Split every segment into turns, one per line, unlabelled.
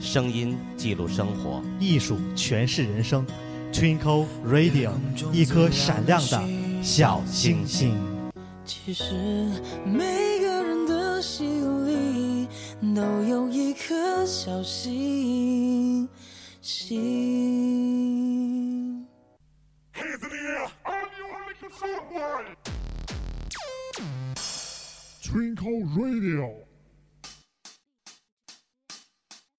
声音记录生活。
艺术诠释人生。Twinkle Radio，一颗闪亮的小星星。
其实每个人的心里都有一颗小星星。
Twinkle Radio.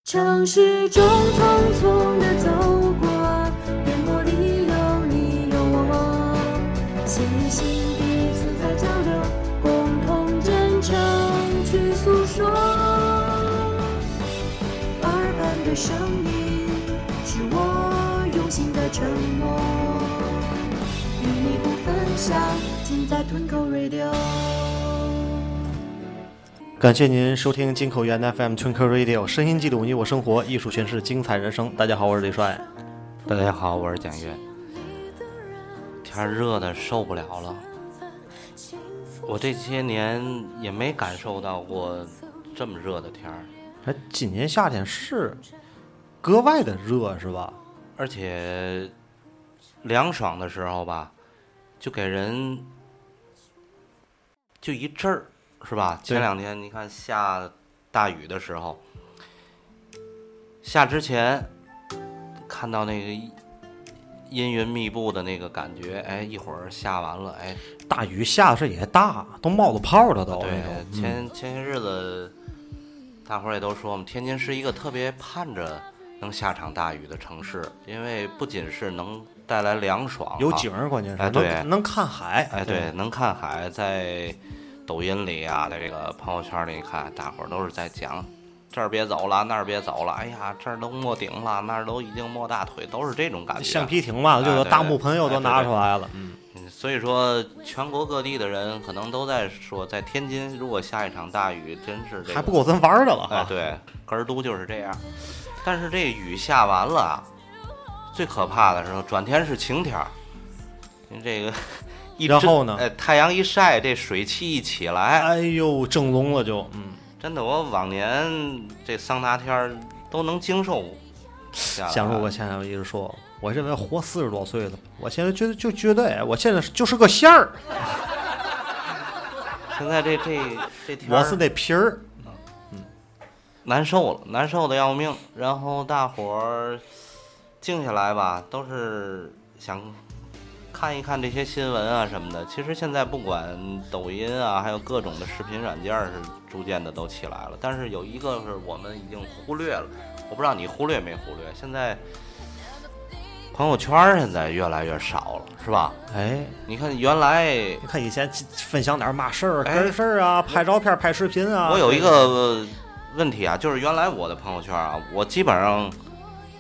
城市中匆匆地走过，电波里有你有我，心与心彼此在交流，共同真诚去诉说。耳畔的声音是我用心的承诺，与你不分享，尽在吞口 radio。
感谢您收听金口源 FM Twinkle Radio，声音记录你我生活，艺术诠释精彩人生。大家好，我是李帅。
大家好，我是蒋月。天儿热的受不了了，我这些年也没感受到过这么热的天儿，
哎，今年夏天是格外的热，是吧？
而且凉爽的时候吧，就给人就一阵儿，是吧？
对
前两天你看下大雨的时候，下之前看到那个阴云密布的那个感觉，哎，一会儿下完了，哎，
大雨下的是也大，都冒了泡了都。
对
那种，嗯
前前些日子，大伙儿也都说我们天津是一个特别盼着能下场大雨的城市，因为不仅是能带来凉爽，
有景，儿，关键是、
哎对
能能看海。
哎，对，，能看海，在抖音里啊，在这个朋友圈里看，大伙儿都是在讲。这儿别走了，那儿别走了，哎呀，这儿都没顶了，那儿都已经没大腿，都是这种感觉。
啊橡皮艇嘛，就有
哎对
大木盆又
哎
都
对
拿
对
出来了。
嗯所以说，全国各地的人可能都在说，在天津如果下一场大雨，真是、这个、
还不够咱玩儿的了哈。
哎，对，哏儿都就是这样。但是这雨下完了啊，最可怕的时候，转天是晴天儿，您这个一
然
蒸
后呢
哎，太阳一晒，这水汽一起来，
哎呦，整容了就，嗯，
真的，我往年这桑拿天儿都能经受下来。
假如我前两天一直说，我认为活四十多岁了，我现在觉得就觉得，哎，我现在就是个馅儿，
现在这这这天儿，
我是那皮儿，
难受了，难受的要命。然后大伙儿静下来吧，都是想看一看这些新闻啊什么的。其实现在不管抖音啊，还有各种的视频软件儿是逐渐的都起来了，但是有一个是我们已经忽略了，我不知道你忽略没忽略。现在朋友圈儿现在越来越少了，是吧？
哎，
你看原来
你看以前分享点嘛事儿、
哎
跟事儿啊，拍照片、拍视频啊，
我有一个问题啊，就是原来我的朋友圈啊，我基本上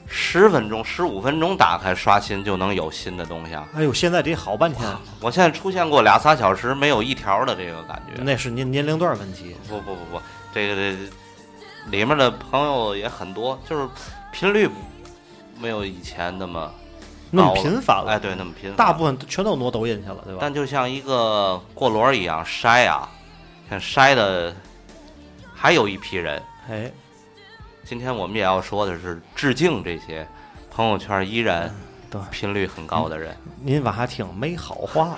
十分钟、十五分钟打开刷新就能有新的东西啊。
哎呦，现在得好半天，
我现在出现过俩仨小时没有一条的这个感觉。
那是年年龄段问题，
不不不不，这个这里面的朋友也很多，就是频率没有以前那么
那么
高了
频繁了，
哎，对，那么频繁。
大部分全都挪抖音去了，对吧？
但就像一个过轮儿一样筛啊，像筛的还有一批人。
哎，
今天我们也要说的是致敬这些朋友圈依然
嗯对
频率很高的人。
您往下听，没好话。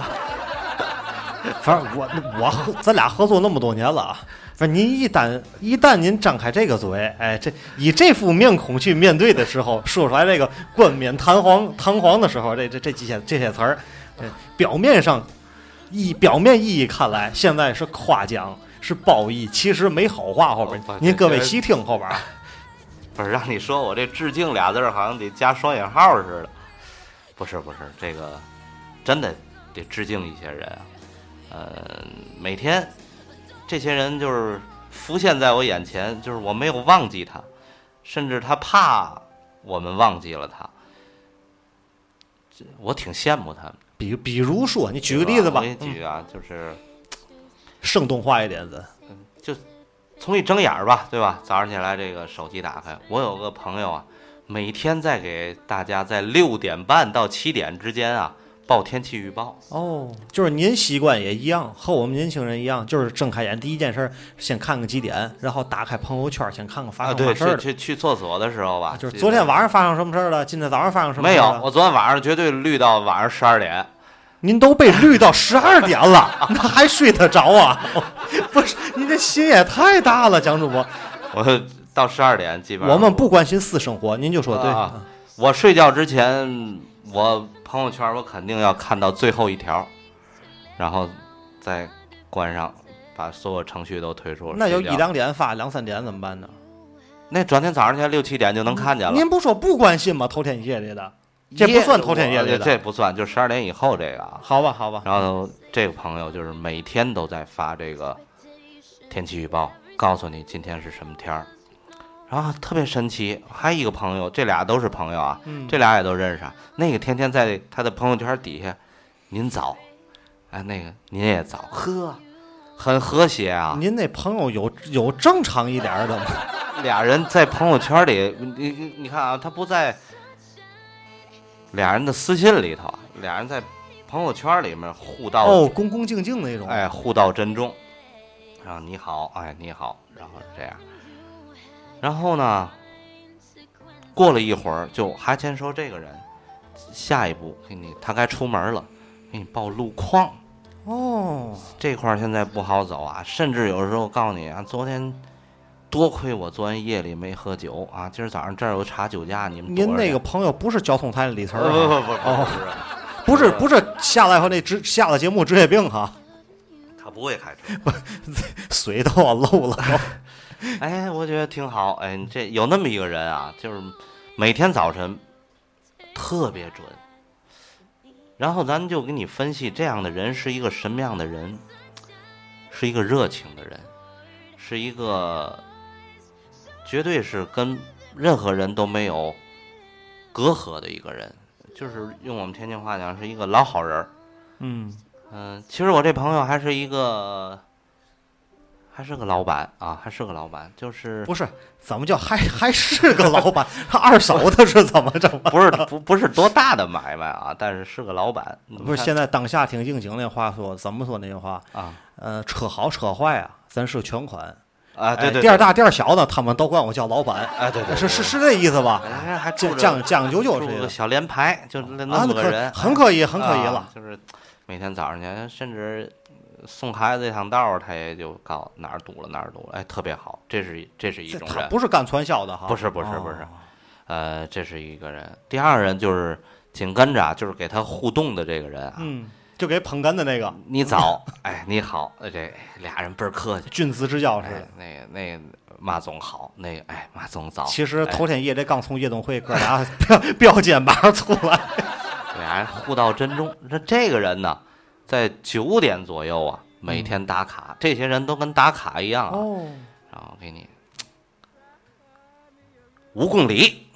反正我我合咱俩合作那么多年了啊，反正您一旦一旦您张开这个嘴，哎，这以这副面孔去面对的时候，说出来这个冠冕堂皇堂皇的时候，这这这几些这些词儿，这表面上意表面意义看来，现在是夸奖是褒义，其实没好话后边
哦不，
您各位
这
细听后边啊，
不是让你说我这“致敬”俩字儿好像得加双引号似的，不是不是，这个真的得致敬一些人啊。呃，每天这些人就是浮现在我眼前，就是我没有忘记他，甚至他怕我们忘记了他。这我挺羡慕他们。
比比如说，你举个例子吧嗯
我，给你举啊，就是
生动化一点子。
从一睁眼儿吧，对吧？早上起来这个手机打开，我有个朋友啊，每天在给大家在六点半到七点之间啊报天气预报。
哦，就是您习惯也一样，和我们年轻人一样，就是睁开眼第一件事儿先看个几点，然后打开朋友圈先看看发
啊，
生什么
对，
事儿
去
了。啊
去去厕所的时候吧，
就是
这
昨天
个
晚上发生什么事儿了，今天早上发生什么
没
事儿
有，
了？
我昨天晚上绝对绿到晚上十二点。
您都被绿 到十二点了，那还睡得着啊？ 不是，您这心也太大了，蒋主播。
我到十二点基本上
我们不关心私生活，您就说对。嗯
啊我睡觉之前，我朋友圈我肯定要看到最后一条，然后再关上，把所有程序都退出。
那有
睡
一
觉
两点发，两三点怎么办呢？
那转天早上起来六七点就能看见了。
您不说不关心吗？头天夜里的，这不算头天夜里
这呃这
的。
不算，就十二点以后这个啊。
好吧，好吧，
然后这个朋友就是每天都在发这个天气预报，告诉你今天是什么天儿，然后特别神奇。还有一个朋友，这俩都是朋友啊，这俩也都认识啊。那个天天在他的朋友圈底下，您早，哎，那个您也早，呵，很和谐啊。
您那朋友有有正常一点儿的吗？
俩人在朋友圈里，你你你看啊，他不在俩人的私信里头啊，俩人在朋友圈里面互道
哦，恭恭敬敬那种。
哎，互道珍重，然后你好，哎，你好，然后这样，然后呢，过了一会儿，就还先说这个人，下一步给你，他该出门了，给你报路况，
哦，
这块儿现在不好走啊，甚至有时候告诉你啊，昨天多亏我昨天夜里没喝酒啊，今儿早上这儿有查酒驾，你们躲
您
着
那
点
个朋友不是交通台的李词
不
儿
不 不
啊，
不不
哦
不是，
不是不是下来后那职下了节目职业病哈，
他不会开车。
水都要漏了 都。
哎，我觉得挺好。哎，你这有那么一个人啊，就是每天早晨特别准。然后咱就给你分析，这样的人是一个什么样的人？是一个热情的人，是一个绝对是跟任何人都没有隔阂的一个人，就是用我们天津话讲，是一个老好人儿。
嗯，
嗯，其实我这朋友还是一个，还是个老板啊，还是个老板，就是
不是，怎么叫还还是个老板？ 他二嫂他是怎么着啊？
不是不不是多大的买卖啊，但是是个老板。你
不是
看
现在当下挺应景那话说，怎么说那句话？
啊
呃，车好车坏啊，咱是全款。
啊，对
哎
对，
店儿大店儿小的，他们都管我叫老板。
啊，对对，
是是
对，
是这意思吧？
哎还住
讲
着
讲讲究究
住
这
个
个
小连排，就是那
啊，
么
那
个人啊
可，很可以，很
很
可以了。
就是每天早上起来，甚至送孩子一趟道儿，他也就告诉哪儿堵了哪儿堵了，哎，特别好，这是这是一
这
种
他
人。
不是干传销的哈，
不是不是不是
哦
呃，这是一个人。第二人就是紧跟着啊，就是给他互动的这个人啊，
嗯，就给捧哏的那个
你早，哎，你好，呃这俩人倍儿客气，
君子之交似
哎
的。，
那个那个马总好，那个哎马总早。
其实
哎
头天夜里刚从夜总会哥俩 标标间拔出来，
俩人互道珍重。这这个人呢，在九点左右啊，每天打卡，这些人都跟打卡一样啊，
嗯哦，
然后给你五公里，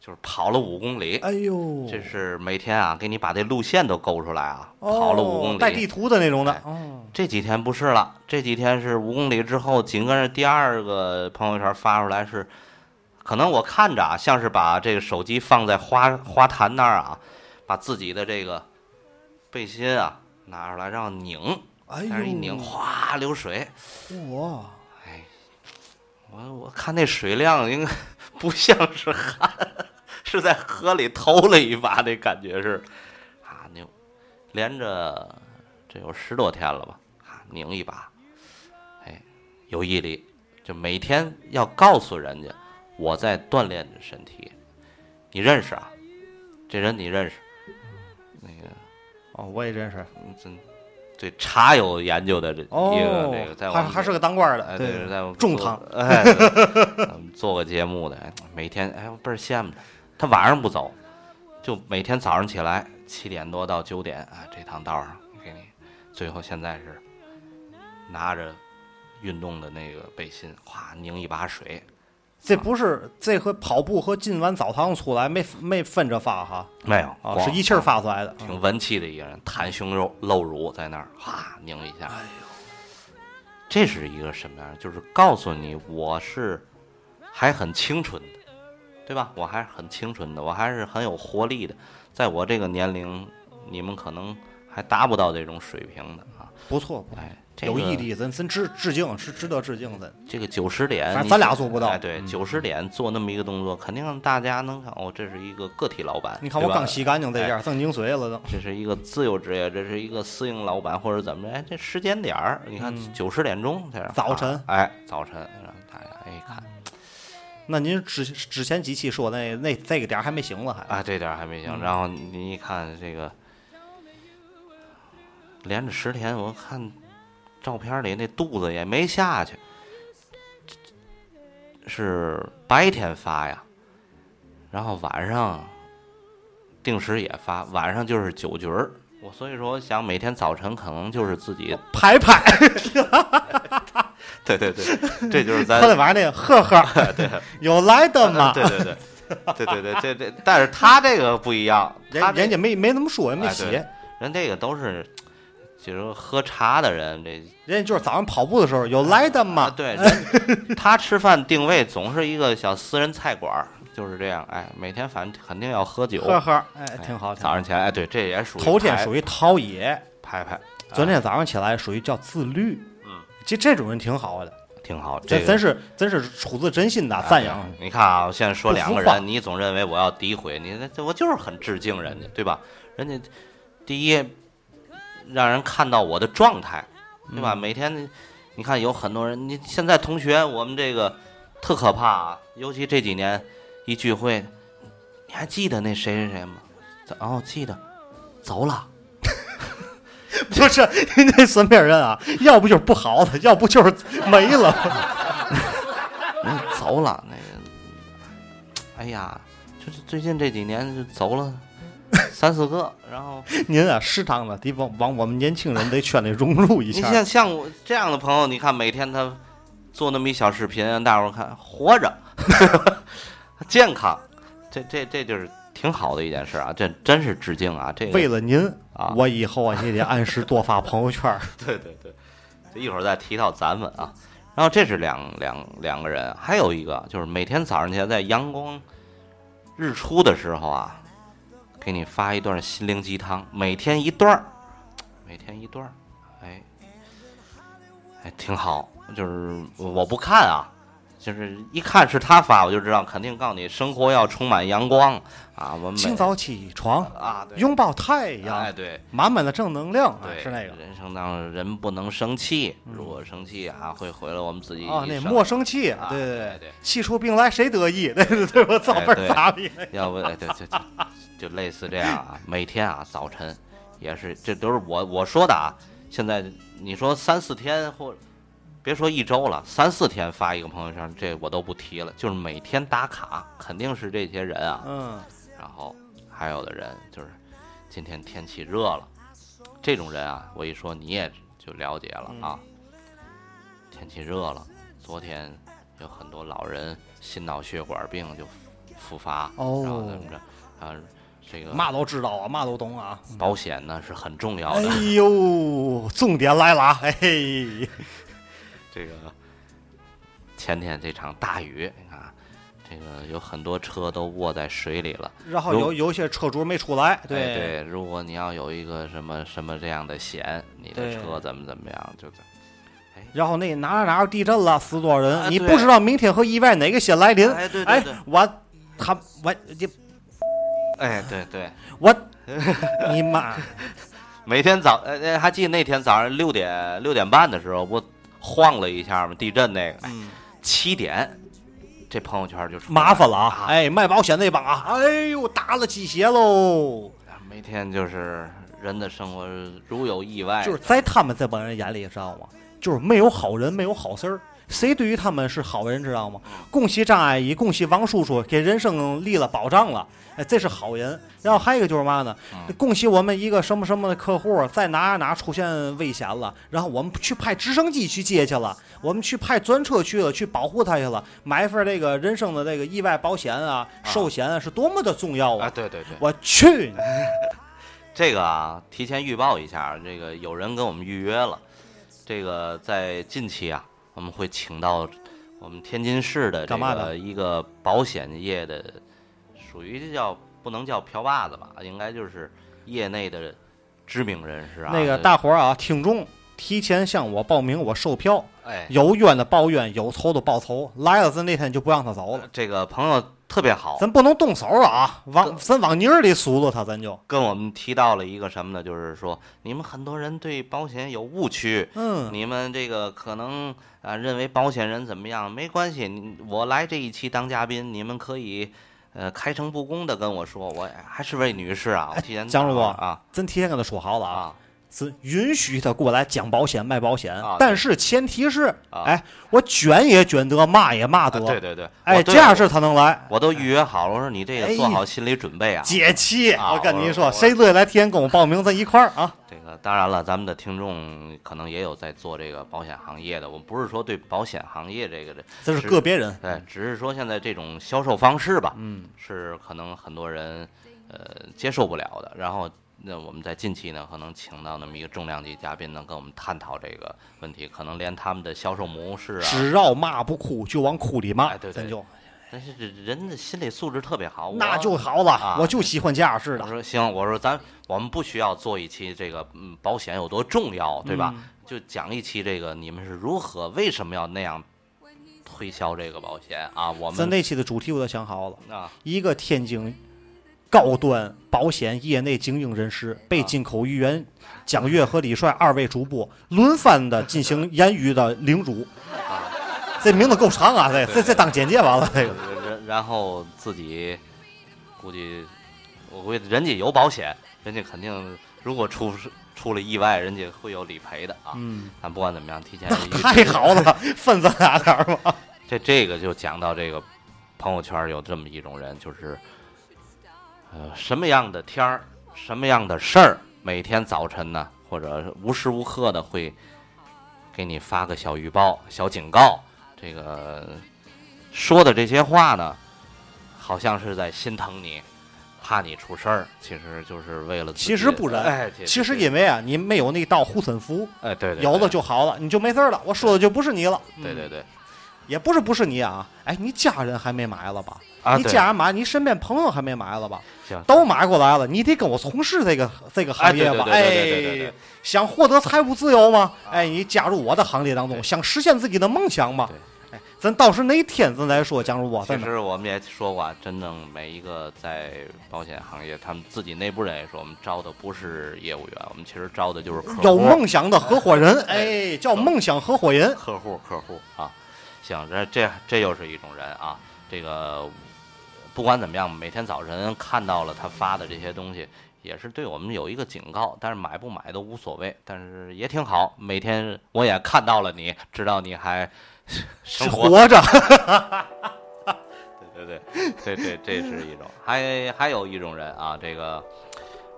就是跑了五公里。
哎呦，
这是每天啊，给你把这路线都勾出来啊，跑了五公
哦
里。
带地图的那种的
哎，
哦，
这几天不是了，这几天是五公里之后，紧跟着第二个朋友圈发出来是，可能我看着啊，像是把这个手机放在花花坛那儿啊，把自己的这个背心啊拿出来，然后拧，
哎
但是一拧，
呦，
哗流水，
哇，
哎，我我看那水量应该不像是汗，是在河里投了一把，那感觉是啊，牛，连着这有十多天了吧，啊，拧一把，哎，有毅力，就每天要告诉人家我在锻炼着身体，你认识啊，这人你认识，那个
哦，我也认识，
嗯真对茶有研究的这一个
哦
那个，在，我
还
们
还是个当官
哎，
的，
对，在我们
重
做
堂，
哎，对咱们做个节目的，哎，每天哎，我倍儿羡慕他。他晚上不走，就每天早上起来七点多到九点啊，这趟道上给你。最后现在是拿着运动的那个背心，哗拧一把水，
这不是这回跑步和进完澡堂出来没没分着发哈
没有哦
啊，
光
是一气儿发出来的。
挺文气的一个人，袒胸肉露乳在那儿哗拧一下。
哎
这是一个什么样？就是告诉你我是还很清纯的，对吧？我还是很清纯的，我还是很有活力的。在我这个年龄，你们可能还达不到这种水平的啊！
不错，不错
哎，这个
有毅力，咱咱致致敬是值得致敬的。
这个九十点，
反正
你
咱俩做不到嗯
哎，对，九十点做那么一个动作，肯定让大家能看哦，这是一个个体老板。
你看我
对吧
刚洗干净这
哎
件，正精髓了都。
这是一个自由职业，这是一个私营老板或者怎么着？哎，这时间点儿，你看九十点钟在这儿
嗯早晨
哎，早晨让大家哎看
那您之之前几期说那那这个点儿还没醒了还
啊，这点儿还没
嗯
行。然后您一看这个，连着十天，我看照片里那肚子也没下去，这是白天发呀，然后晚上定时也发，晚上就是酒局儿。我所以说，我想每天早晨可能就是自己
拍拍，
对对对，这就是 咱呃
喝那玩意儿那个呵 呵，对，有来的嘛。
对对对，对对对，这这，但是他这个不一样，他
人人家没没怎么说，也没
哎对
写，
人这个都是，就是说喝茶的人，这
人家就是早上跑步的时候有来的
啊
嘛。
对，人他吃饭定位总是一个小私人菜馆儿，就是这样，哎，每天反正肯定要喝酒，
呵呵，哎，
哎
挺好。挺
早
好
上起来，哎，对，这也属于哎
头天
排
属于陶冶，
拍拍，
昨天早上起来属于叫自律。
嗯，
其实这种人挺好的，
挺好，
这
这个哎
真是真是出自真心的赞扬。
你看啊，我现在说两个
不服化
人，你总认为我要诋毁你，那这我就是很致敬人家，对吧？人家第一让人看到我的状态，对吧？每天你看有很多人，你现在同学我们这个特可怕啊，尤其这几年一聚会，你还记得那谁谁谁吗？哦，记得，走了。
不是那身边人啊，要不就是不好的，要不就是没了。
那走了那个，哎呀，就是最近这几年就走了三四个，然后。
您啊，适当的得往往我们年轻人的圈里融入一
你
下。
像像我这样的朋友，你看每天他做那么一小视频，让大伙儿看活着， 健康，这这这就是挺好的一件事啊！这真是致敬啊！这个
为了您
啊
我以后啊也得按时多发朋友圈儿。
对对对，这一会儿再提到咱们啊。然后这是两两两个人，还有一个就是每天早上起来在阳光日出的时候啊，给你发一段心灵鸡汤，每天一段儿，每天一段儿，哎，哎，挺好。就是我不看啊，就是一看是他发，我就知道肯定告诉你生活要充满阳光啊。我们每
清早起床，
啊，对，
拥抱太阳，
哎对。
满满的正能量，啊
对，
是那个
人生当中人不能生气，如果生气啊，会毁了我们自己
啊，
一
那
生
莫生气，
啊
对
对对
气出病来谁得意？ 对对对，我操，
哎
倍儿
对
傻逼。
要不哎对就就就类似这样啊，每天啊早晨也是，这都是我我说的啊。现在你说三四天或别说一周了，三四天发一个朋友圈，这我都不提了，就是每天打卡，肯定是这些人啊。
嗯，
然后还有的人就是今天天气热了，这种人啊，我一说你也就了解了
嗯
啊。天气热了，昨天有很多老人心脑血管病就复发，
哦
然后怎么着啊？这个
嘛都知道啊，嘛都懂 啊。
保险呢是很重要
哎
的，
呦，重点来了啊！ 嘿，
这个前天这场大雨，你看啊。这个有很多车都卧在水里了，
然后有有一些车主没出来，
哎对，如果你要有一个什么什么这样的险，你的
对
车怎么怎么样，就这
然后那哪儿哪儿地震了，死多少人，
啊
你
对
不知道明天和意外哪个先来临。
哎对对对
我他我你
哎，对对，
我你 妈！
每天早呃呃还记得那天早上六点六点半的时候，不晃了一下吗？地震那个，哎七点，这朋友圈就出来
麻烦了啊！
哎，
哎，卖保险那帮啊，哎呦，打了鸡血喽！
每天就是人的生活如有意外，
就是在他们这帮人眼里，知道吗？就是没有好人，没有好事儿，谁对于他们是好人，知道吗？恭喜张阿姨，恭喜王叔叔，给人生立了保障了，哎，这是好人。然后还有一个就是嘛呢？恭喜我们一个什么什么的客户在哪哪出现危险了，然后我们去派直升机去接去了，我们去派专车去了，去保护他去了，买一份这个人生的这个意外保险啊、寿险啊，是多么的重要
啊，
啊！
对对对，
我去你，
这个啊，提前预报一下，这个有人跟我们预约了，这个在近期啊，我们会请到我们天津市的这
干嘛
个
的
一个保险业的，属于叫不能叫瓢把子吧，应该就是业内的知名人士啊。
那个
这
大伙儿啊，听众提前向我报名，我售票。
哎，
有冤的报冤，有仇的报仇。来了，咱那天就不让他走了，
这个朋友特别哎好，
咱不能动手啊！往咱往泥儿里数落他，咱就
跟我们提到了一个什么呢？就是说你们很多人对保险有误区，
嗯，
你们这个可能啊、认为保险人怎么样？没关系，你我来这一期当嘉宾，你们可以呃开诚布公的跟我说，我还是位女士啊，我
哎
提前
江主播
啊
咱提前跟他说好了啊，
啊
是允许他过来讲保险、卖保险，
啊对
但是前提是，
啊
哎，我卷也卷得，骂也骂
啊
得，
对对对，
哎，
我对
这样式他能来。
我都预约好了，我说你这
哎
个做好心理准备啊。
解气！
啊
我跟你
我
说，
我
谁乐意来提前跟我报名，咱一块儿啊！
这个当然了，咱们的听众可能也有在做这个保险行业的，我们不是说对保险行业这个的，
这是
只
个别人，
对，只是说现在这种销售方式吧，嗯，是可能很多人呃接受不了的。然后，那我们在近期呢，可能请到那么一个重量级嘉宾呢，跟我们探讨这个问题，可能连他们的销售模式啊，
只要骂不哭，就往哭里骂
哎，对对
咱就
但是这人的心理素质特别好，我
那就。好了
啊。
我就喜欢这样式
我
的，
说行，我说咱我们不需要做一期这个嗯保险有多重要，对
嗯
吧？就讲一期这个你们是如何为什么要那样推销这个保险啊？我
咱
们
那期的主题我都想好了。
啊
一个天津高端保险业内精英人士，
啊
被进口议员蒋越和李帅二位主播轮番的进行言语的凌辱。
啊
这名字够长啊！这这这当简介完了，
嗯
这个
然然后自己估计，我估计人家有保险，人家肯定如果出事出了意外，人家会有理赔的啊。嗯，但不管怎么样，提前预
太好 了，分咱俩点儿吧。
这这个就讲到这个朋友圈有这么一种人，就是呃什么样的天儿，什么样的事儿，每天早晨呢，或者无时无刻的会给你发个小预报、小警告。这个说的这些话呢，好像是在心疼你，怕你出事儿，其实就是为了自己
其实不然
哎，
其实因为啊，你没有那道护身符，
哎对对对
有了就好了，你就没事儿了。我说的就不是你了，嗯
对对对
也不是不是你啊。哎，你家人还没买了吧？
啊，
嗯你
对
家人买，你身边朋友还没买了吧？
行
都买过来了，你得跟我从事这个这个行业吧？
哎对对对对对对啊
哎，想获得财务自由吗？哎，你加入我的行列当中，
对
想实现自己的梦想吗
对？
哎，咱到时哪天咱再说，江主播，
其
真的
实我们也说过啊，真正每一个在保险行业，他们自己内部人也说，我们招的不是业务员，我们其实招的就是客户，
有梦想的合伙人，
哎
哎，叫梦想合伙人。
客户客户啊。行，这这这又是一种人啊，这个不管怎么样，每天早晨看到了他发的这些东西，也是对我们有一个警告，但是买不买都无所谓，但是也挺好。每天我也看到了你，知道你还
是
生活
活着，
对对对，这这这是一种，还还有一种人啊，这个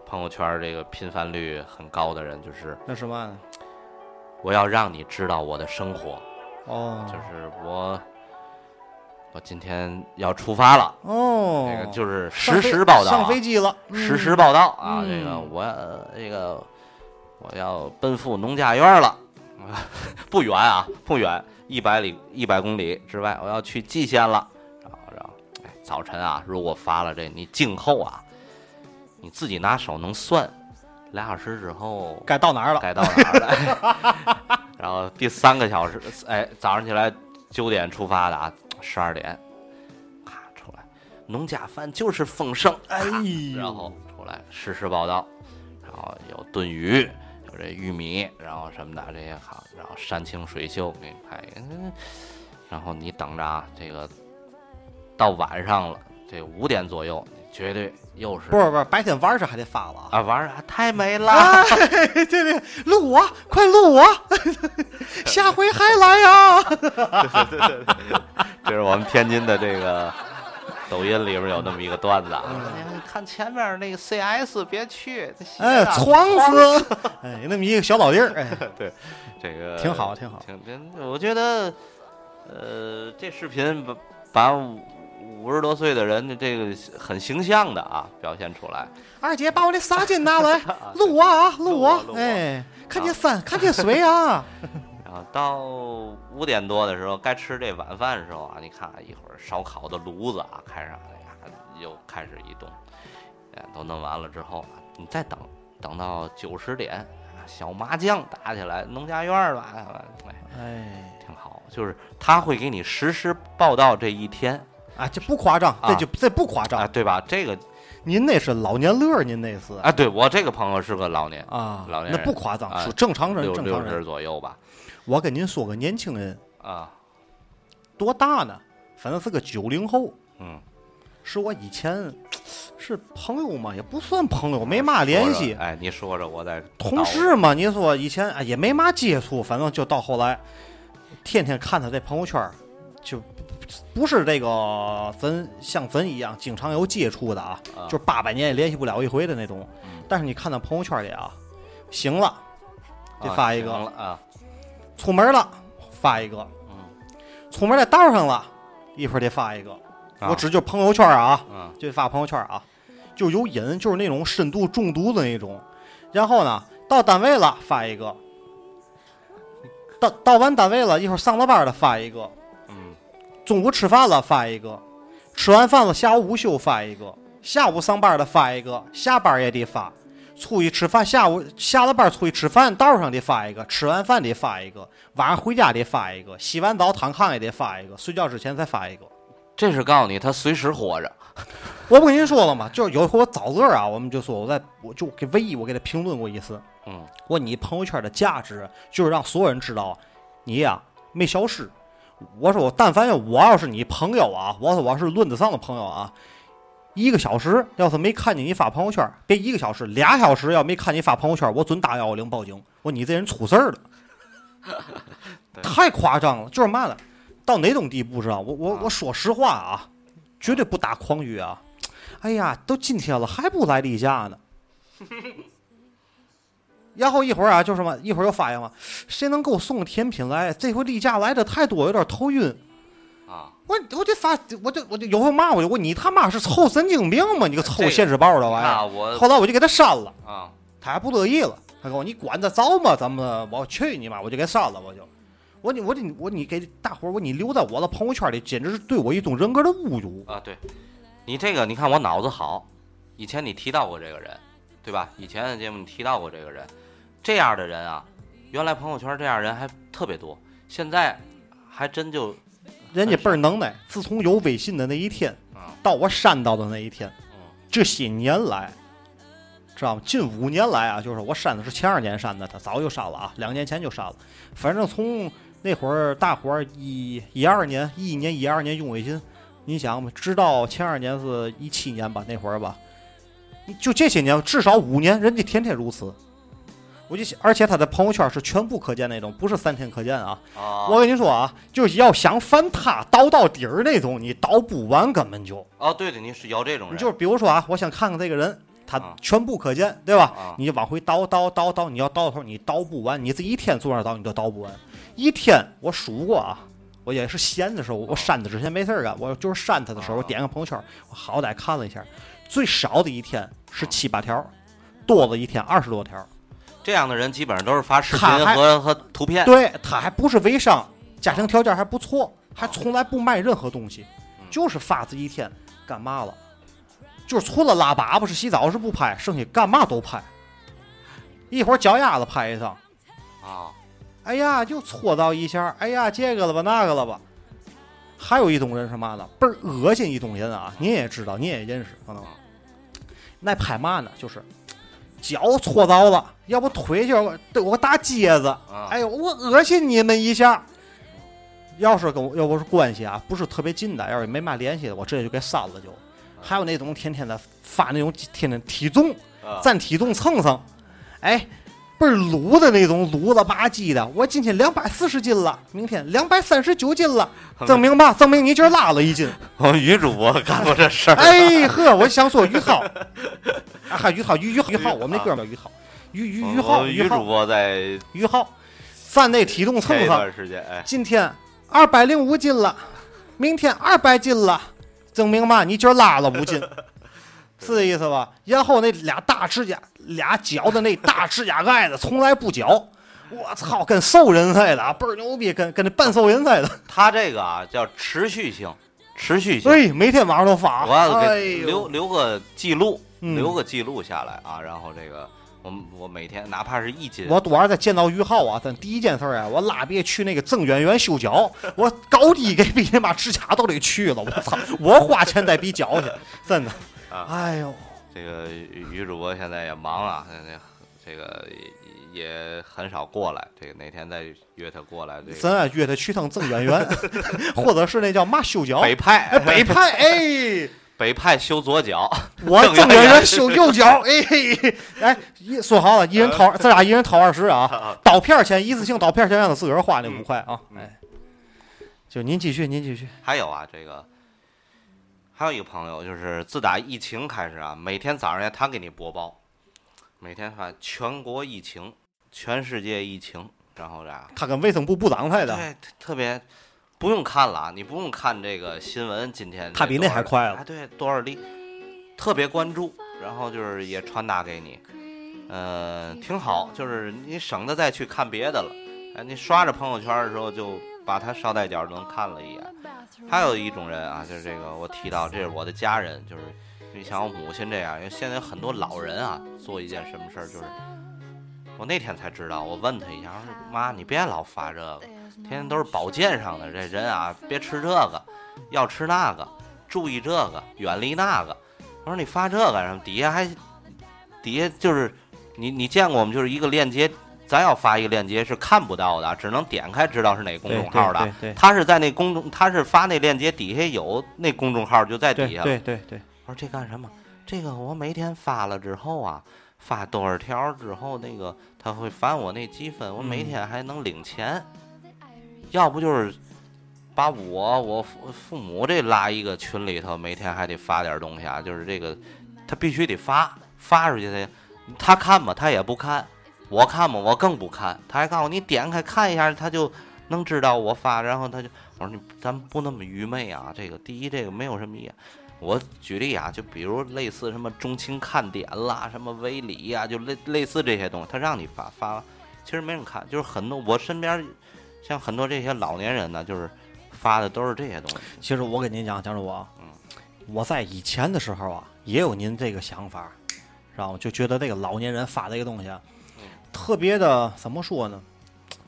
朋友圈儿这个频繁率很高的人，就是
那什么？
我要让你知道我的生活，
哦
就是我我今天要出发了，
哦，
这个就是
上
实
飞
时报道、啊，
上飞机了，嗯
实时报道啊，
嗯
这个我呃这个我要奔赴农家院了，不远啊，不远，一百里一百公里之外，我要去蓟县了。然后，然后，哎，早晨啊，如果发了这，你静候啊，你自己拿手能算，俩小时之后
该到哪儿了？
该到哪儿了。 然后第三个小时，哎，早上起来九点出发的啊，十二点，咔出来，农家饭就是丰盛，
哎呦
然后出来实时报道，然后有炖鱼，有这玉米，然后什么的这些好，然后山清水秀给你拍，嗯然后你等着啊，这个到晚上了，这五点左右你绝对又是
不是不是，白天玩儿是还得发了啊。
啊，玩儿啊太美了，
对对，录我，快录我，下回还来啊！
这是我们天津的这个抖音里边有那么一个段子啊。
嗯
哎呀，你看前面那个 CS 别去，那鞋
哎，
啊
床死，哎，那么一个小老弟儿， 哎，
对，这个
挺好挺好
挺真，我觉得，呃，这视频把把五五十多岁的人的这个很形象的啊表现出来。
二姐把我那纱巾拿 来，录我啊，录
我
我，
录我
哎，看见山，看见水啊，
然后到五点多的时候，该吃这晚饭的时候啊，你看一会儿烧烤的炉子啊开上，哎呀，又开始移动，哎，都弄完了之后啊，你再等等到九十点，啊小麻将打起来，农家院儿吧，哎，
哎，
挺好。就是他会给你实时报道这一天
啊，这不夸张，这就这不夸
啊，
张，
对吧？这个
嗯您那是老年乐儿，您那是
啊，对我这个朋友是个老年
啊，
老年
那
人
不夸张，
啊
属正常人，
六
正
六
常
十
人。
左右吧，
我跟您说个年轻人
啊，
多大呢？反正是个九零后，
嗯，
是我以前是朋友嘛，也不算朋友，没嘛联
说
系
着，哎，你说着我再
同事嘛。你说以前哎也没嘛接触，反正就到后来，天天看他这朋友圈儿，就不是这个咱像咱一样经常有接触的啊，
啊嗯
就是八百年也联系不了一回的那种。但是你看他朋友圈里啊，行了，
倒
得
啊
发一
行
个
了啊，
出门了发一个，
嗯
出门在道上了，一会儿得发一个。
啊
我指就朋友圈儿啊，
嗯
就发朋友圈啊，就有瘾，就是那种深度中毒的那种。然后呢，到单位了发一个，到到完单位了，一会儿上了班了发一个，
嗯，
中午吃饭了发一个，吃完饭了下午午休发一个，下午上班了发一个，下班也得发。出去吃饭，下午下了班出去吃饭，道上得发一个，吃完饭得发一个，晚上回家得发一个，洗完澡躺炕也得发一个，睡觉之前再发一个。
这是告诉你他随时活着，
我不跟您说了吗？就是有一回我找乐儿啊，我们就说我在我就给唯一我给他评论过一次，
嗯，
我说你朋友圈的价值就是让所有人知道你呀、没消失。我说我但凡要我要是你朋友啊，我说我要是论得上的朋友啊，一个小时要是没看见你发朋友圈，别一个小时，俩小时要没看你发朋友圈，我准打幺幺零报警。我说你这人出事儿了，太夸张了，就是嘛呢？到哪种地步知道？我我我说实话啊，绝对不打诳语啊。哎呀，都今天了还不来例假呢。然后一会儿啊，就什么，一会儿又发言了，谁能给我送个甜品来？这回例假来的太多，有点头晕。
啊，
我我就发，我就我就有回骂我，我你他妈是臭神经病吗？你个臭现实报的玩意
那
儿！
我
后来我就给他删了，
啊，
他还不乐意了，他跟我你管得着吗？咱们我去你妈！我就给删了，我就。我你我你我你给大伙儿我你留在我的朋友圈里，简直是对我一种人格的侮辱。
啊，对，你这个你看我脑子好，以前你提到过这个人，对吧？以前的节目你提到过这个人，这样的人啊，原来朋友圈这样人还特别多，现在还真就
人家倍儿能耐，自从有微信的那一天，
啊，
到我删到的那一天，
嗯
这些年来，知道吗？近五年来啊，就是我删的是前二年删的，他早就删了啊，两年前就删了。反正从那会儿大伙儿一一二年、一一年、一二年用微信，你想吧，直到前二年是一七年吧，那会儿吧，你就这些年至少五年，人家天天如此。我就想，而且他的朋友圈是全部可见那种，不是三天可见啊。
啊，
我跟你说啊，就是要想翻他倒到底儿那种，你倒不完，根本就。
哦，对对，你是有这种
你
人，
就是比如说啊，我想看看这个人，他
啊
全部可见，对吧？
啊
你就往回倒倒倒倒，你要倒的时候你倒不完，你这一天坐那儿倒你都倒不完。一天我数过啊，我也是闲的时候，我删他之前没事儿干，我就是删他的时候，我
啊
点个朋友圈，我好歹看了一下，最少的一天
啊
是七八条，多的一天二十多条。
这样的人基本上都是发视频
看还
和和图 片，
对他还不是微商，家庭条件还不错，还从来不卖任何东西，就是发自一天干嘛了，就是除了拉粑粑是洗澡是不拍，剩下干嘛都拍。一会儿脚丫子拍一张，
啊，
哎呀又搓到一下，哎呀这个了吧那个了吧。还有一种人是嘛呢？倍儿恶心一种人啊！您也知道，您也认识，可能那拍嘛呢？就是脚搓到了，要不腿就要对我个大疖子，
啊
哎呦，我恶心你们一下。要是跟我要不是关系啊，不是特别近的，要是没嘛联系的，我直接就给删了就。还有那种天天的发那种天天体重，
啊
咱体重蹭蹭，哎，倍儿撸的那种撸了吧唧的。我今天两百四十斤了，明天两百三十九 斤了，证明吧，证明你今儿拉了一斤。
我们女哦主播干过这事儿，
哎呵，我想说于浩，啊哈，于浩，于于于浩，我们那哥们儿叫于浩，于于于
我
浩，
们
于
女哦主
浩，
播在
于浩，咱那体 重蹭
前一
蹭，
段时间，哎，
今天二百零五斤了，明天二百斤了，证明嘛，你今儿拉了五 斤，是这意思吧？然后那俩大指甲，俩脚的那大指甲盖子从来不绞。我操，跟兽人似的，倍儿牛逼，跟跟那半兽人似
哎
的。
她这个啊叫持续性，持续性，
哎，每天晚上都发，
我要
哎
给
呦
留留个记录，
嗯
留个记录下来啊，然后这个我们我每天哪怕是一斤，
我多少再见到于浩啊，咱第一件事儿啊，我拉别去那个郑媛媛修脚，我高低给比那妈指甲都得去了，我操，我花钱带比脚去，真的
啊。
哎呦，
这个女主播现在也忙啊， 现在这个也也很少过来，这个哪天再约她过来，这
咱
个
啊约他去趟郑媛媛， 或者是那叫嘛修脚，
北
哎
派
北派，哎，
北派修左脚，
我
郑
郑
媛媛
媛媛修右脚，哎哎，一说好了，一人掏，咱俩一人掏二十啊，刀片儿钱一次性刀片儿钱让他自个儿花那五块啊，哎，就您继续，您继续，
还有啊，这个还有一个朋友，就是自打疫情开始啊，每天早上他给你播报，每天发全国疫情，全世界疫情，然后啥、
他跟卫生部部长似的，
对，特特别不用看了啊，你不用看这个新闻，今天
他比那还快了
啊，对，多少例，特别关注，然后就是也传达给你，呃，挺好，就是你省得再去看别的了。哎，你刷着朋友圈的时候，就把他捎带脚能看了一眼。还有一种人啊，就是这个我提到，这是我的家人，就是你像我母亲这样，因为现在有很多老人啊，做一件什么事儿就是。我那天才知道，我问他一下，我说妈，你别老发这个，天天都是保健上的，这人啊，别吃这个，要吃那个，注意这个，远离那个。我说你发这个干什么？底下还底下就是你你见过我们就是一个链接，咱要发一个链接是看不到的，只能点开知道是哪公众号的。
对
他是在那公众，他是发那链接底下有那公众号就在底下了。
对对，
我说这干什么？这个我每天发了之后啊，发多少条之后，那个他会返我那积分，我每天还能领钱。要不就是把我我父父母这拉一个群里头，每天还得发点东西啊，就是这个他必须得发发出去他他看吧，他也不看；我看吧，我更不看。他还告诉我你点开看一下，他就能知道我发，然后他就我说你咱不那么愚昧啊，这个第一这个没有什么意义。我举例啊，就比如类似什么中青看点啦，什么微理呀、就类类似这些东西，他让你发发，其实没人看，就是很多我身边像很多这些老年人呢，就是发的都是这些东西。
其实我跟您讲，讲主播，
嗯
我在以前的时候啊，也有您这个想法，然后就觉得这个老年人发这个东西啊，特别的怎么说呢？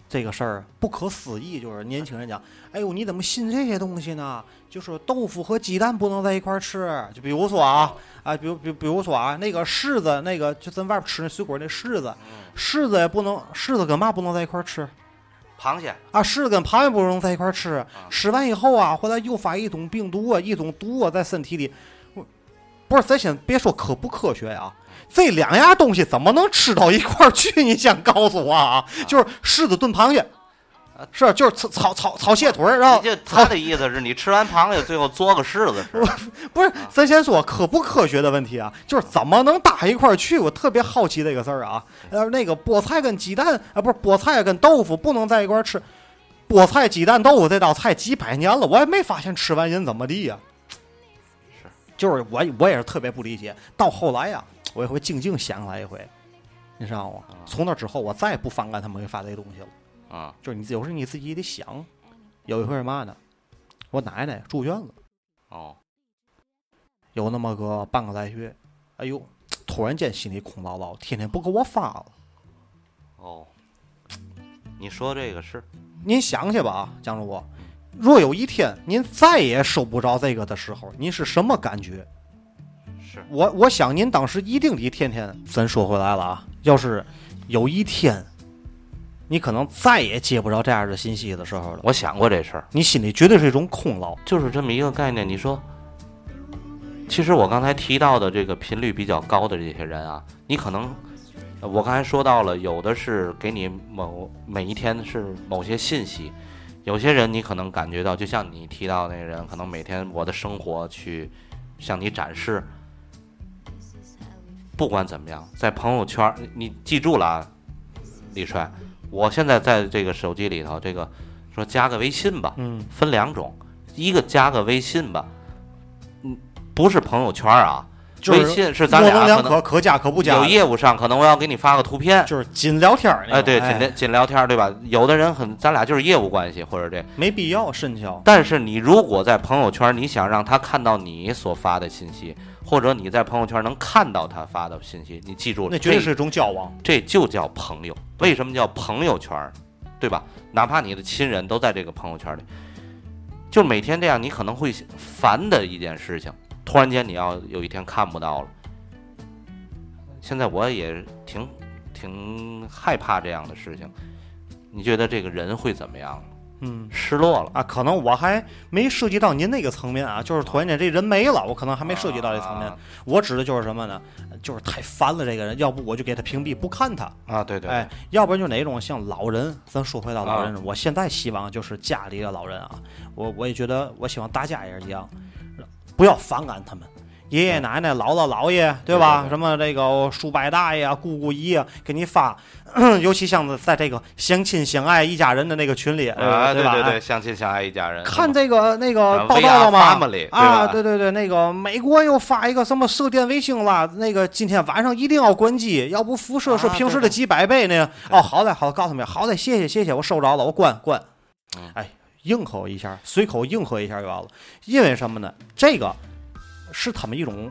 这个事儿不可思议，就是年轻人讲，哎呦，你怎么信这些东西呢？就是豆腐和鸡蛋不能在一块儿吃，就比如说啊啊，比如比如比如说啊，那个柿子，那个就咱外边吃那水果那柿子，柿子也不能，柿子跟嘛不能在一块儿吃？
螃蟹，
啊，柿子跟螃蟹不能在一块儿吃，吃完以后啊，回来诱发一种病毒啊，一种毒啊在身体里。我不是，咱先别说科不科学啊，这两样东西怎么能吃到一块儿去？你想告诉我啊？就是柿子炖螃蟹
啊，
是就是炒炒炒炒蟹腿儿，然后
你就他
炒
的意思是你吃完螃蟹最后嘬个柿子吃，
不是，咱先说科不科学的问题啊，就是怎么能搭一块儿去？我特别好奇这个事儿啊。呃，那个菠菜跟鸡蛋啊，不是菠菜跟豆腐不能在一块儿吃。菠菜、鸡蛋、豆腐这道菜几百年了，我也没发现吃完人怎么地呀、
是，
就是我我也是特别不理解。到后来呀、我也会静静想来一回，你知道吗？从那之后，我再也不反感他们给发这些东西了。
啊、
就是你有时候你自己也得想。有一回是嘛呢？我奶奶住院了。
哦，
有那么个半个来月，哎呦，突然间心里空落落，天天不给我发了。
哦，你说这个是
您想去吧啊，江主播，若有一天您再也收不着这个的时候，您是什么感觉？
是
我我想您当时一定得天天。咱说回来了啊，要是有一天，你可能再也接不着这样的信息的时候了，
我想过这事儿，
你心里绝对是一种空落。
就是这么一个概念。你说其实我刚才提到的这个频率比较高的这些人啊，你可能，呃我刚才说到了，有的是给你某每一天是某些信息，有些人你可能感觉到，就像你提到那个人，可能每天我的生活去向你展示。不管怎么样，在朋友圈儿，你记住了啊，李帅，我现在在这个手机里头，这个说加个微信吧，
嗯
分两种，一个加个微信吧，嗯，不是朋友圈儿啊，
就是
微信是咱
模棱
俩
两
可能
可，可加可不加
有
的，
业务上可能我要给你发个图片，
就是仅聊天儿那种。
哎，对，仅聊
哎，
仅聊天儿，对吧？有的人很，咱俩就是业务关系或者这，
没必要甚交。
但是你如果在朋友圈，你想让他看到你所发的信息，或者你在朋友圈能看到他发的信息，你记住了，
那绝对
这
是一种交往，
这就叫朋友。为什么叫朋友圈儿？对吧？哪怕你的亲人都在这个朋友圈里，就每天这样，你可能会烦的一件事情，突然间你要有一天看不到了。现在我也挺挺害怕这样的事情。你觉得这个人会怎么样？
嗯
失落了。
啊，可能我还没涉及到您那个层面啊，就是突然间这人没了，我可能还没涉及到这层面。
啊
我指的就是什么呢？就是太烦了这个人，要不我就给他屏蔽，不看他。
啊，对对，
哎，要不然就哪种像老人，咱说回到老人，
啊
我现在希望就是家里的老人啊，我我也觉得我希望大家也是一样，不要反感他们。爷爷奶奶、姥姥姥爷，对吧？
对对对
什么这个叔伯大爷啊、姑姑姨啊，给你发， 尤其像在这个相亲相爱一家人的那个群里，
啊，对
吧？
对
哎
对，相亲相爱一家人。
看这个那个
啊
报道了
VR
吗？
family，对吧
啊，对对对，那个美国又发一个什么射电卫星了，那个今天晚上一定要关机，要不辐射是
啊
平时
对
的
对
几百倍那个。哦，好嘞，好嘞，告诉你们，好嘞，谢谢谢谢，我收着了，我关关
嗯。
哎，应和一下，随口应和一下就完了。因为什么呢？这个是他们一种。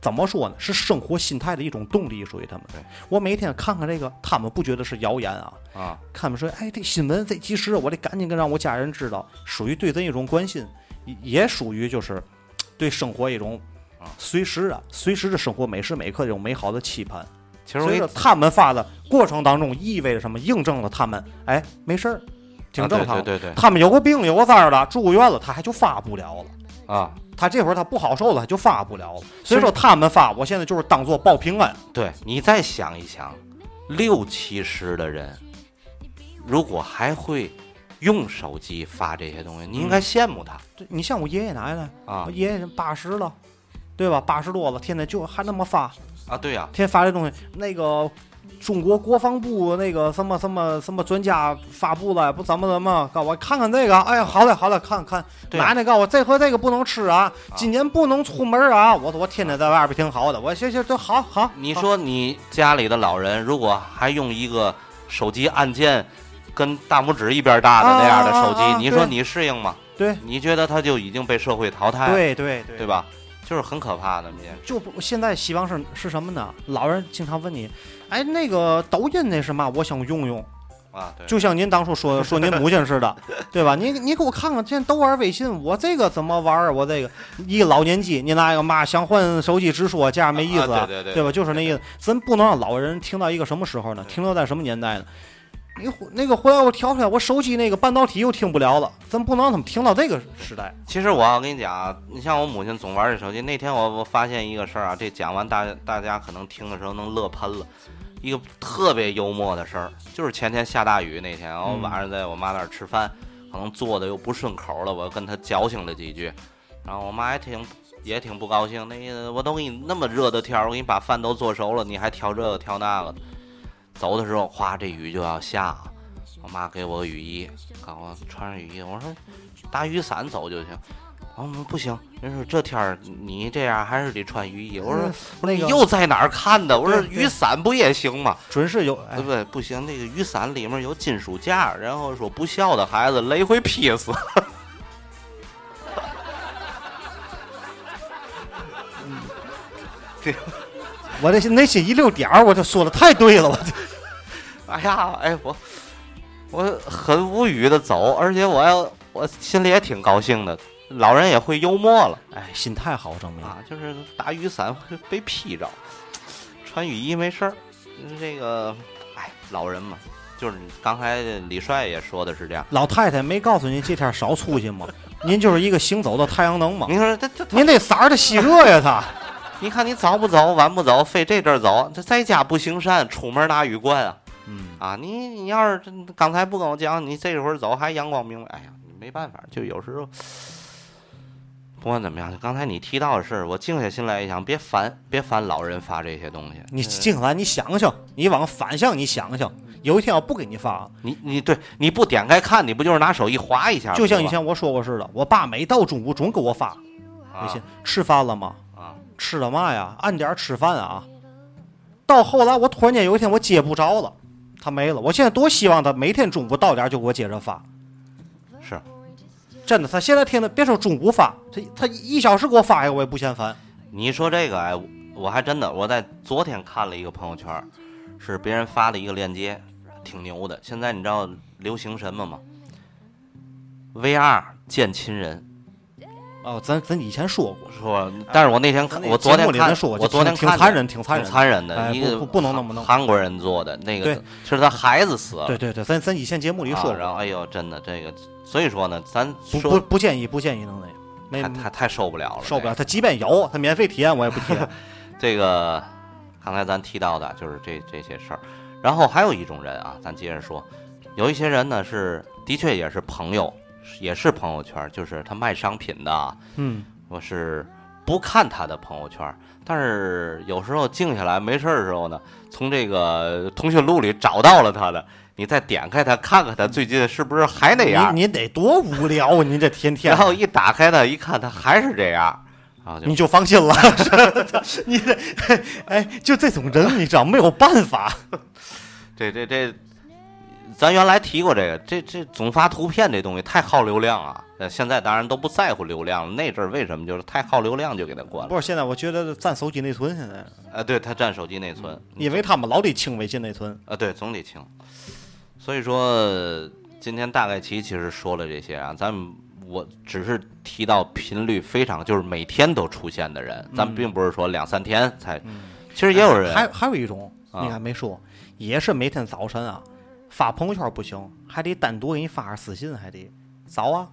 怎么说呢？是生活心态的一种动力，属于他们
对。
我每天看看这个，他们不觉得是谣言啊，
啊，
看们说，哎，这新闻这及时，我得赶紧跟让我家人知道，属于对咱一种关心，也也属于就是嘖对生活一种
啊
随时啊，随时的生活每时每刻这种美好的期盼。
其实我
所以
给
说，他们发的过程当中意味着什么？印证了他们，哎，没事儿，挺
啊
正常的。
对对对
他们有个病有个灾儿了，住院了，他还就发不了了。
对啊，
他这会儿他不好受了，他就发不了了。所以说他们发，我现在就是当做报平安。
对你再想一想，六七十的人，如果还会用手机发这些东西，你应
嗯
该羡慕他、
对你像我爷爷奶奶
啊
我爷爷八十了，对吧？八十多了，天天就还那么发，
啊！对呀、
天天发这东西。那个中国国防部那个什么什么什么专家发布了，不怎么怎么，告我看看这个。哎呀，好嘞好嘞，看看。
对啊
奶奶告我这和这个不能吃啊，今年不能出门啊。我我天天在外边挺好的，我行行，这好好。
你
好
说你家里的老人如果还用一个手机按键跟大拇指一边大的那样的手机，
啊啊啊啊
你说
对
你适应吗？
对
你觉得他就已经被社会淘汰了，
对对对
对吧？就是很可怕的一件事。
就不现在希望是是什么呢？老人经常问你，哎，那个抖音那是嘛？我想用用。
啊，对，
就像您当初 说说您母亲似的，对吧？您您给我看看，现在都玩微信，我这个怎么玩儿？我这个一老年机，您那个嘛想换手机直说，这样没意思
啊对对对
吧？就是那意思，咱不能让老人听到一个什么时候呢？
对
停留在什么年代呢？你回那个回来我调出来，我手机那个半导体又听不了了，咱不能让他们听到这个时代。
其实我要跟你讲啊，你像我母亲总玩这手机。那天我我发现一个事儿啊，这讲完大大家可能听的时候能乐喷了。一个特别幽默的事儿，就是前天下大雨那天，然后晚上在我妈那儿吃饭，可能做的又不顺口了，我又跟她矫情了几句，然后我妈还挺也挺不高兴，那意思我都给你那么热的天儿，我给你把饭都做熟了，你还挑这个挑那个的。走的时候，哗，这雨就要下了，我妈给我雨衣，告诉我穿上雨衣，我说打雨伞走就行。我说嗯不行，人说这天儿你这样还是得穿雨衣。我说
嗯
我说你
那个
又在哪儿看的？我说
对对
雨伞不也行吗？
准是有，哎
对不对？不行，那个雨伞里面有金属架，然后说不孝的孩子雷会劈死。
我这内心一溜点儿，我就说的太对了，我这
哎呀，哎我我很无语的走，而且我要我心里也挺高兴的，老人也会幽默了
哎，心态好证明。
啊，就是打雨伞会被劈着，穿雨衣没事儿，嗯这个哎老人嘛，就是你刚才李帅也说的是这样。
老太太没告诉您这天少出去吗？您就是一个行走的太阳能嘛。
你说这这
您得色儿它吸热呀，它。
你看你早不早，晚不早，非这阵儿早。这在家不行善，出门拿雨冠啊！
嗯，
啊，你你要是真刚才不跟我讲，你这会儿走还阳光明媚，哎呀，你没办法，就有时候不管怎么样，刚才你提到的事儿，我静下心来一想，别烦，别烦老人发这些东西。
你静下来，你想想，你往反向你想想，有一天要不给你发了，
你你对你不点开看，你不就是拿手一划一下吗？
就像以
对吧
前我说过似的，我爸每到中午总给我发微信，吃饭了吗？
啊
吃了嘛呀？按点儿吃饭啊！到后来，我突然间有一天我接不着了，他没了。我现在多希望他每天中午到点儿就给我接着发，
啊，是
真的。他现在天天别说中午发，他他一小时给我发一个，我也不嫌烦。
你说这个，哎，我我还真的，我在昨天看了一个朋友圈儿，是别人发的一个链接，挺牛的。现在你知道流行什么吗？VR 见亲人，
哦，咱咱以前说过，
说，但是我那天看，
咱啊那
我昨
节目
天
里咱
看
说，过
我昨天
挺挺
看
残
的
忍挺残忍的
残忍的，
哎
一
不
个
不不能那么弄
韩国人做的那个
对，
是他孩子死了，
对对对，咱咱以前节目里
啊
说过，
然后哎呦，真的这个，所以说呢，咱
不不
说
不建议不建议弄那个，没
太太太受不了了，
受不
这个
了。他即便有，他免费体验我也不体 验。
这个刚才咱提到的就是这这些事儿，然后还有一种人啊，咱接着说，有一些人呢是的确也是朋友，也是朋友圈，就是他卖商品的啊，
嗯，
我是不看他的朋友圈，但是有时候静下来没事儿的时候呢，从这个通讯录里找到了他的，你再点开他看看他最近是不是还那样，
你你得多无聊啊！你这天天
然，后一打开呢一看他还是这样，然后就
你就放 心了。 你这哎，就这种人，你知道没有办法。
这这这，咱原来提过这个，这这总发图片这东西太耗流量啊。呃，现在当然都不在乎流量了。那阵儿为什么就是太耗流量就给它关了？
不是，现在我觉得占手机内存，现在
呃，对，它占手机内存，嗯
因嗯为他们老得清微信内存。
呃，对，总得清。所以说，呃今天大概其其实说了这些啊，咱们我只是提到频率非常，就是每天都出现的人，咱们并不是说两三天才。其实也有人，
嗯哎还还有一种，
啊
你还没说，也是每天早晨啊，发朋友圈不行，还得单独给你发个私信，还得早啊，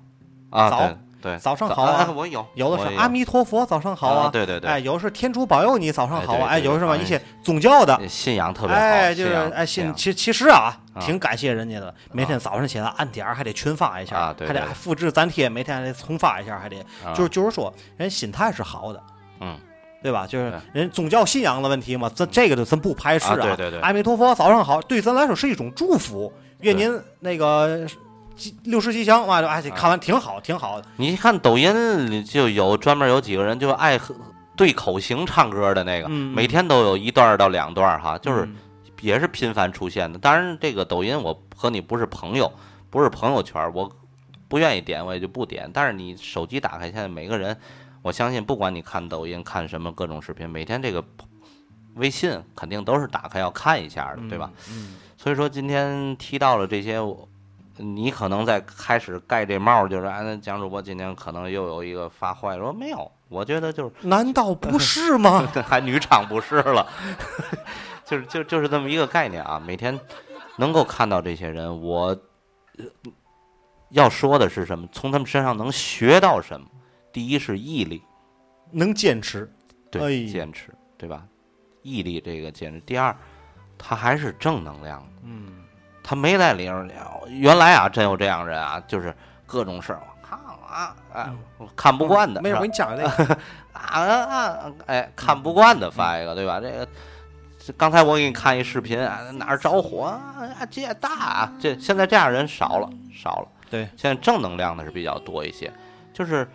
啊，
早
对对，
早上好啊
哎我有，
有的
我
是阿弥陀佛，早上好啊！
啊对对对
哎，有的是天主保佑你，早上好啊！
哎
哎，
对对
有的是吧？
哎
一些宗教的，
信仰特别好，
啊哎，就是
仰
哎，
信
信
仰
其其实啊，
啊
挺感谢人家的。每天早上起来按点儿还得群发一下
啊，对
还得
对
复制粘贴，每天还得重发一下，还得
啊
就是就是说，人心态是好的，
嗯。
对吧？就是人宗教信仰的问题嘛，这这个就咱不排斥
啊对对对
阿弥陀佛，早上好，对咱来说是一种祝福。愿您那个吉六十吉祥，哇，哎，
啊
看完挺好，挺好的。
你一看抖音里就有专门有几个人就爱喝对口型唱歌的那个，
嗯
每天都有一段儿到两段儿哈，就是
嗯
也是频繁出现的。当然，这个抖音我和你不是朋友，不是朋友圈儿，我不愿意点我也就不点。但是你手机打开，现在每个人，我相信不管你看抖音看什么各种视频，每天这个微信肯定都是打开要看一下的，嗯对
嗯
吧？所以说今天提到了这些，我你可能在开始盖这帽儿，就是哎，那蒋主播今天可能又有一个发坏，说没有，我觉得就是
难道不是 吗？
还女场不是了， 就是就就是这么一个概念啊。每天能够看到这些人，我呃要说的是什么？从他们身上能学到什么？第一是毅力，
能坚持，哎
对，
呀
坚持，对吧？毅力这个坚持。第二，他还是正能量的，嗯，他没在里头聊。原来啊，真有这样人啊，就是各种事儿，我看了啊，哎，我看不惯的，
嗯没事，我
是吧
给你加个那 个。
啊啊啊！哎，看不惯的发一个，对吧？这个，这刚才我给你看一视频啊，哪儿着火啊？啊这也大啊！这现在这样人少了，少了。
对，
现在正能量的是比较多一些，就是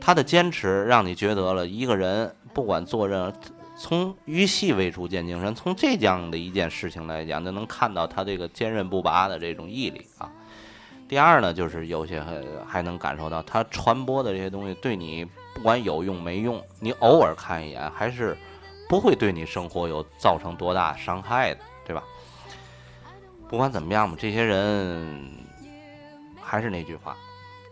他的坚持让你觉得了一个人不管做任何，从于细微处见精神，从这样的一件事情来讲，就能看到他这个坚韧不拔的这种毅力啊。第二呢，就是有些还还能感受到他传播的这些东西对你不管有用没用，你偶尔看一眼还是不会对你生活有造成多大伤害的，对吧？不管怎么样吧，这些人还是那句话，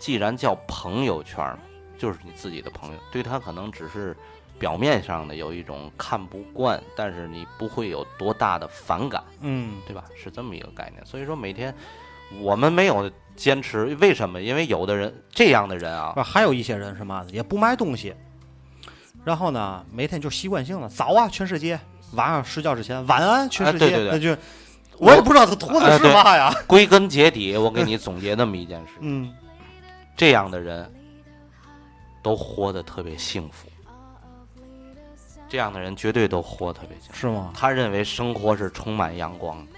既然叫朋友圈儿，就是你自己的朋友，对他可能只是表面上的有一种看不惯，但是你不会有多大的反感。
嗯，
对吧？是这么一个概念。所以说每天我们没有坚持，为什么？因为有的人这样的人啊，
啊，还有一些人是嘛的，也不卖东西，然后呢，每天就习惯性的早啊，全世界，晚上睡觉之前晚安，全
哎
世界，
对对对
那就我也不知道他图的
哎
是
对
嘛 呀，
归根结底，我给你总结那么一件事：
嗯，
这样的人都活得特别幸福，这样的人绝对都活得特别幸福。
是吗？
他认为生活是充满阳光的，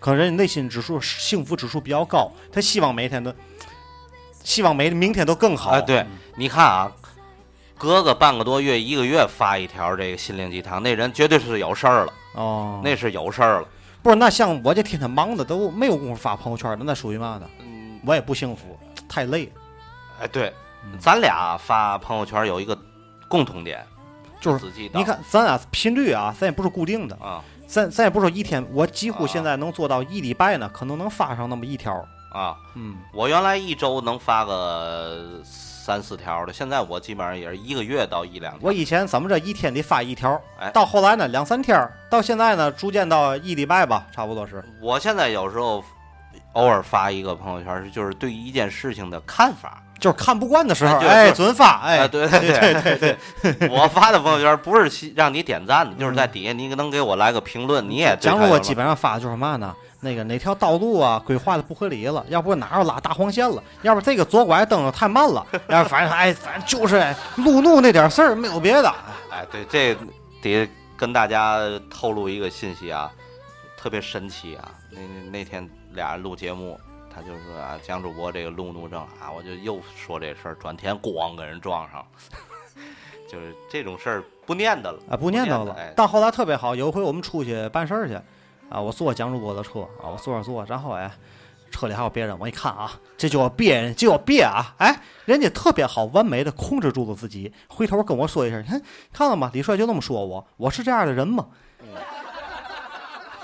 可能人家内心指数幸福指数比较高，他希望每一天都，希望每明天都更好。
哎，对，你看啊，隔个半个多月、一个月发一条这个心灵鸡汤，那人绝对是有事儿了，
哦，
那是有事儿了。
不是那像我这天天忙的都没有功夫发朋友圈的，那属于嘛呢？
嗯，
我也不幸福，太累，
哎，对，
嗯
咱俩发朋友圈有一个共同点，
就是
仔细道
你看咱俩频率啊，咱也不是固定的，
啊
咱咱也不是说一天，我几乎
啊
现在能做到一礼拜呢，可能能发上那么一条。
啊，
嗯，
我原来一周能发个三四条的，现在我基本上也是一个月到一两条。
我以前怎么着一天得发一条
哎，
到后来呢两三天儿，到现在呢逐渐到一礼拜吧，差不多是。
我现在有时候偶尔发一个朋友圈，就是对一件事情的看法。
就是看不惯的时候，
哎就
哎，
就
准发，哎，
啊对对对对对， 我发的朋友圈不是希让你点赞的，就是在底下你能给我来个评论，你也对
假
它
如我
有
基
了
本上发的就是嘛呢？那个哪条道路啊规划的不合理了，要不哪儿拉大黄线了，要不这个左拐蹬的太慢了，然后反正哎，反正就是哎路怒那点事儿，没有别的。
哎，对，这得跟大家透露一个信息啊，特别神奇啊。那那那天俩人录节目，他就说啊，江主播这个路怒症啊，我就又说这事儿，转天咣给人撞上了， 就是这种事儿不念叨了
啊，不念叨
了
了。。
哎，
到后来特别好，有一回我们出去办事儿去，啊，我坐蒋主播的车啊，我坐着坐着，然后哎，车里还有别人，我一看啊，这就要别人，就要别啊，哎，人家特别好，完美的控制住了自己，回头跟我说一声，你看看了吗？李帅就那么说我，我是这样的人吗？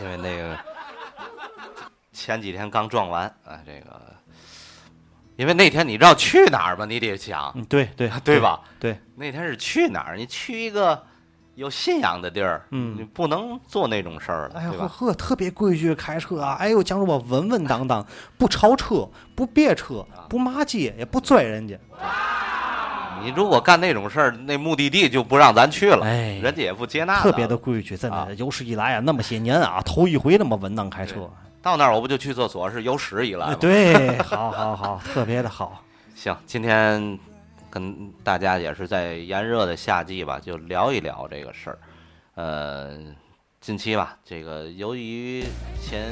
因为那个前几天刚撞完啊，这个，因为那天你知道去哪儿吗？你得想，
嗯，对对
对？吧？
对，
那天是去哪儿？你去一个有信仰的地儿，
嗯
你不能做那种事儿了，
哎呀
对
呵
吧？
呵，特别规矩开车啊！哎呦，蒋主播稳稳当当，不超车，不别车，不骂街，也不拽人家。
你如果干那种事儿，那目的地就不让咱去了，
哎
人家也不接纳咱
特
了。
别的规矩，真
啊
的有史以来啊，那么些年啊，头一回那么稳当开车。
到那儿我不就去厕所，是有史以来
哎
吗？
对，好好好，特别的 好。
行，今天跟大家也是在炎热的夏季吧，就聊一聊这个事儿。呃，近期吧，这个由于前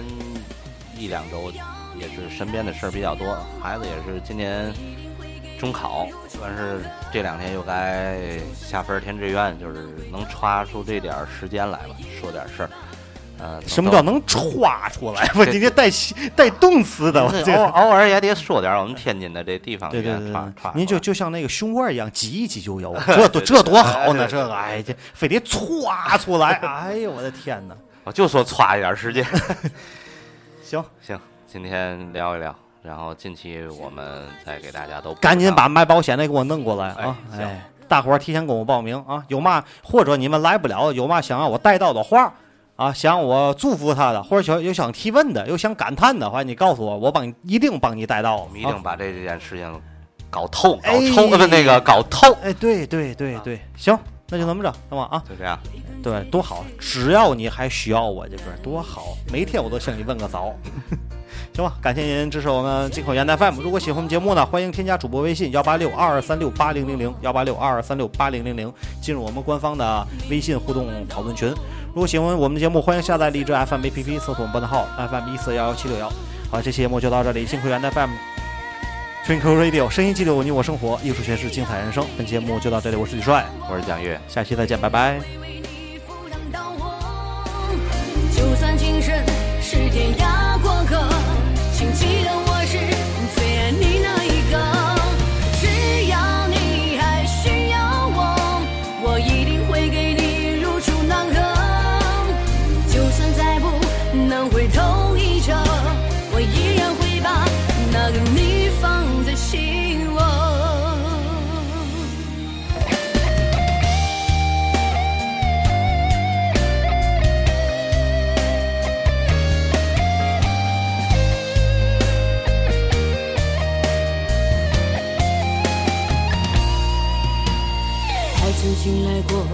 一两周也是身边的事儿比较多，孩子也是今年中考，但是这两天又该下分填志愿，就是能抓出这点儿时间来吧，说点事儿。呃，
什么
能
叫能歘出来？我
这哦
今天带西带动词的，我
那
这
偶偶尔也得说点儿我们天津的这地方
对对
言
对
歘
对
哎歘，
您就
出来
就像那个熊窝一样，挤一挤就有， 这多
对对
这多好
对对
呢！这个，哎，这非得歘出来，哎呦我的天哪！
我就说歘一点儿时间。
行，
行，今天聊一聊，然后近期我们再给大家都
赶紧把卖保险的给我弄过来啊！
啊哎行
哎，大伙儿提前跟我报名啊！有嘛或者你们来不了，有嘛想让我带到的话啊，想让我祝福他的，或者想有想提问的，有想感叹的，话，你告诉我，我帮你一定帮你带到。
我
啊
们一定把这件事情搞透、搞
哎
透，呃不那个搞透，
哎，对对对
啊
对，行，那就那么着，那么啊，
就这样。
对，多好，只要你还需要我这歌，多好，每天我都向你问个 早。行吧，感谢您支持我们进口源 FM。如果喜欢我们节目呢，欢迎添加主播微信幺八六二二三六八零零零幺八六二二三六八零零零，进入我们官方的微信互动讨论群。如果喜欢我们的节目，欢迎下载荔枝 FM APP，搜索我们班的号 FM 一四幺幺七六幺。好，这期节目就到这里，进口源 FM。Twinkle Radio 声音激流，你我生活，艺术诠释精彩人生。本节目就到这里，我是李帅，
我是蒋月。
下期再见，拜拜。
为你赴汤蹈火，就算情深是天涯过客，请记得我是最爱你那一个。只要你还需要我，我一定会给你如初暖河。就算再不能回头一折，我依然会把那个你放在心窝。还曾经来过，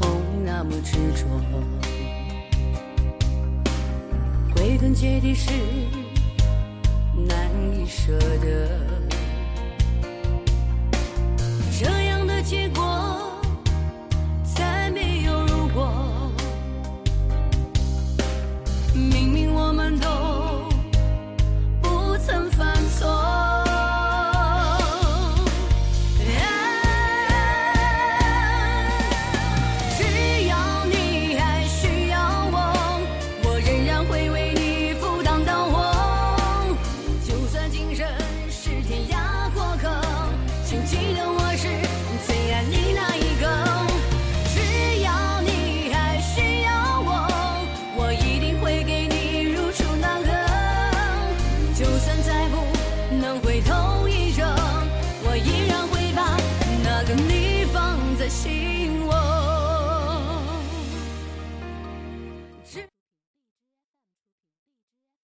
痛那么执着。归根结底是难以舍得。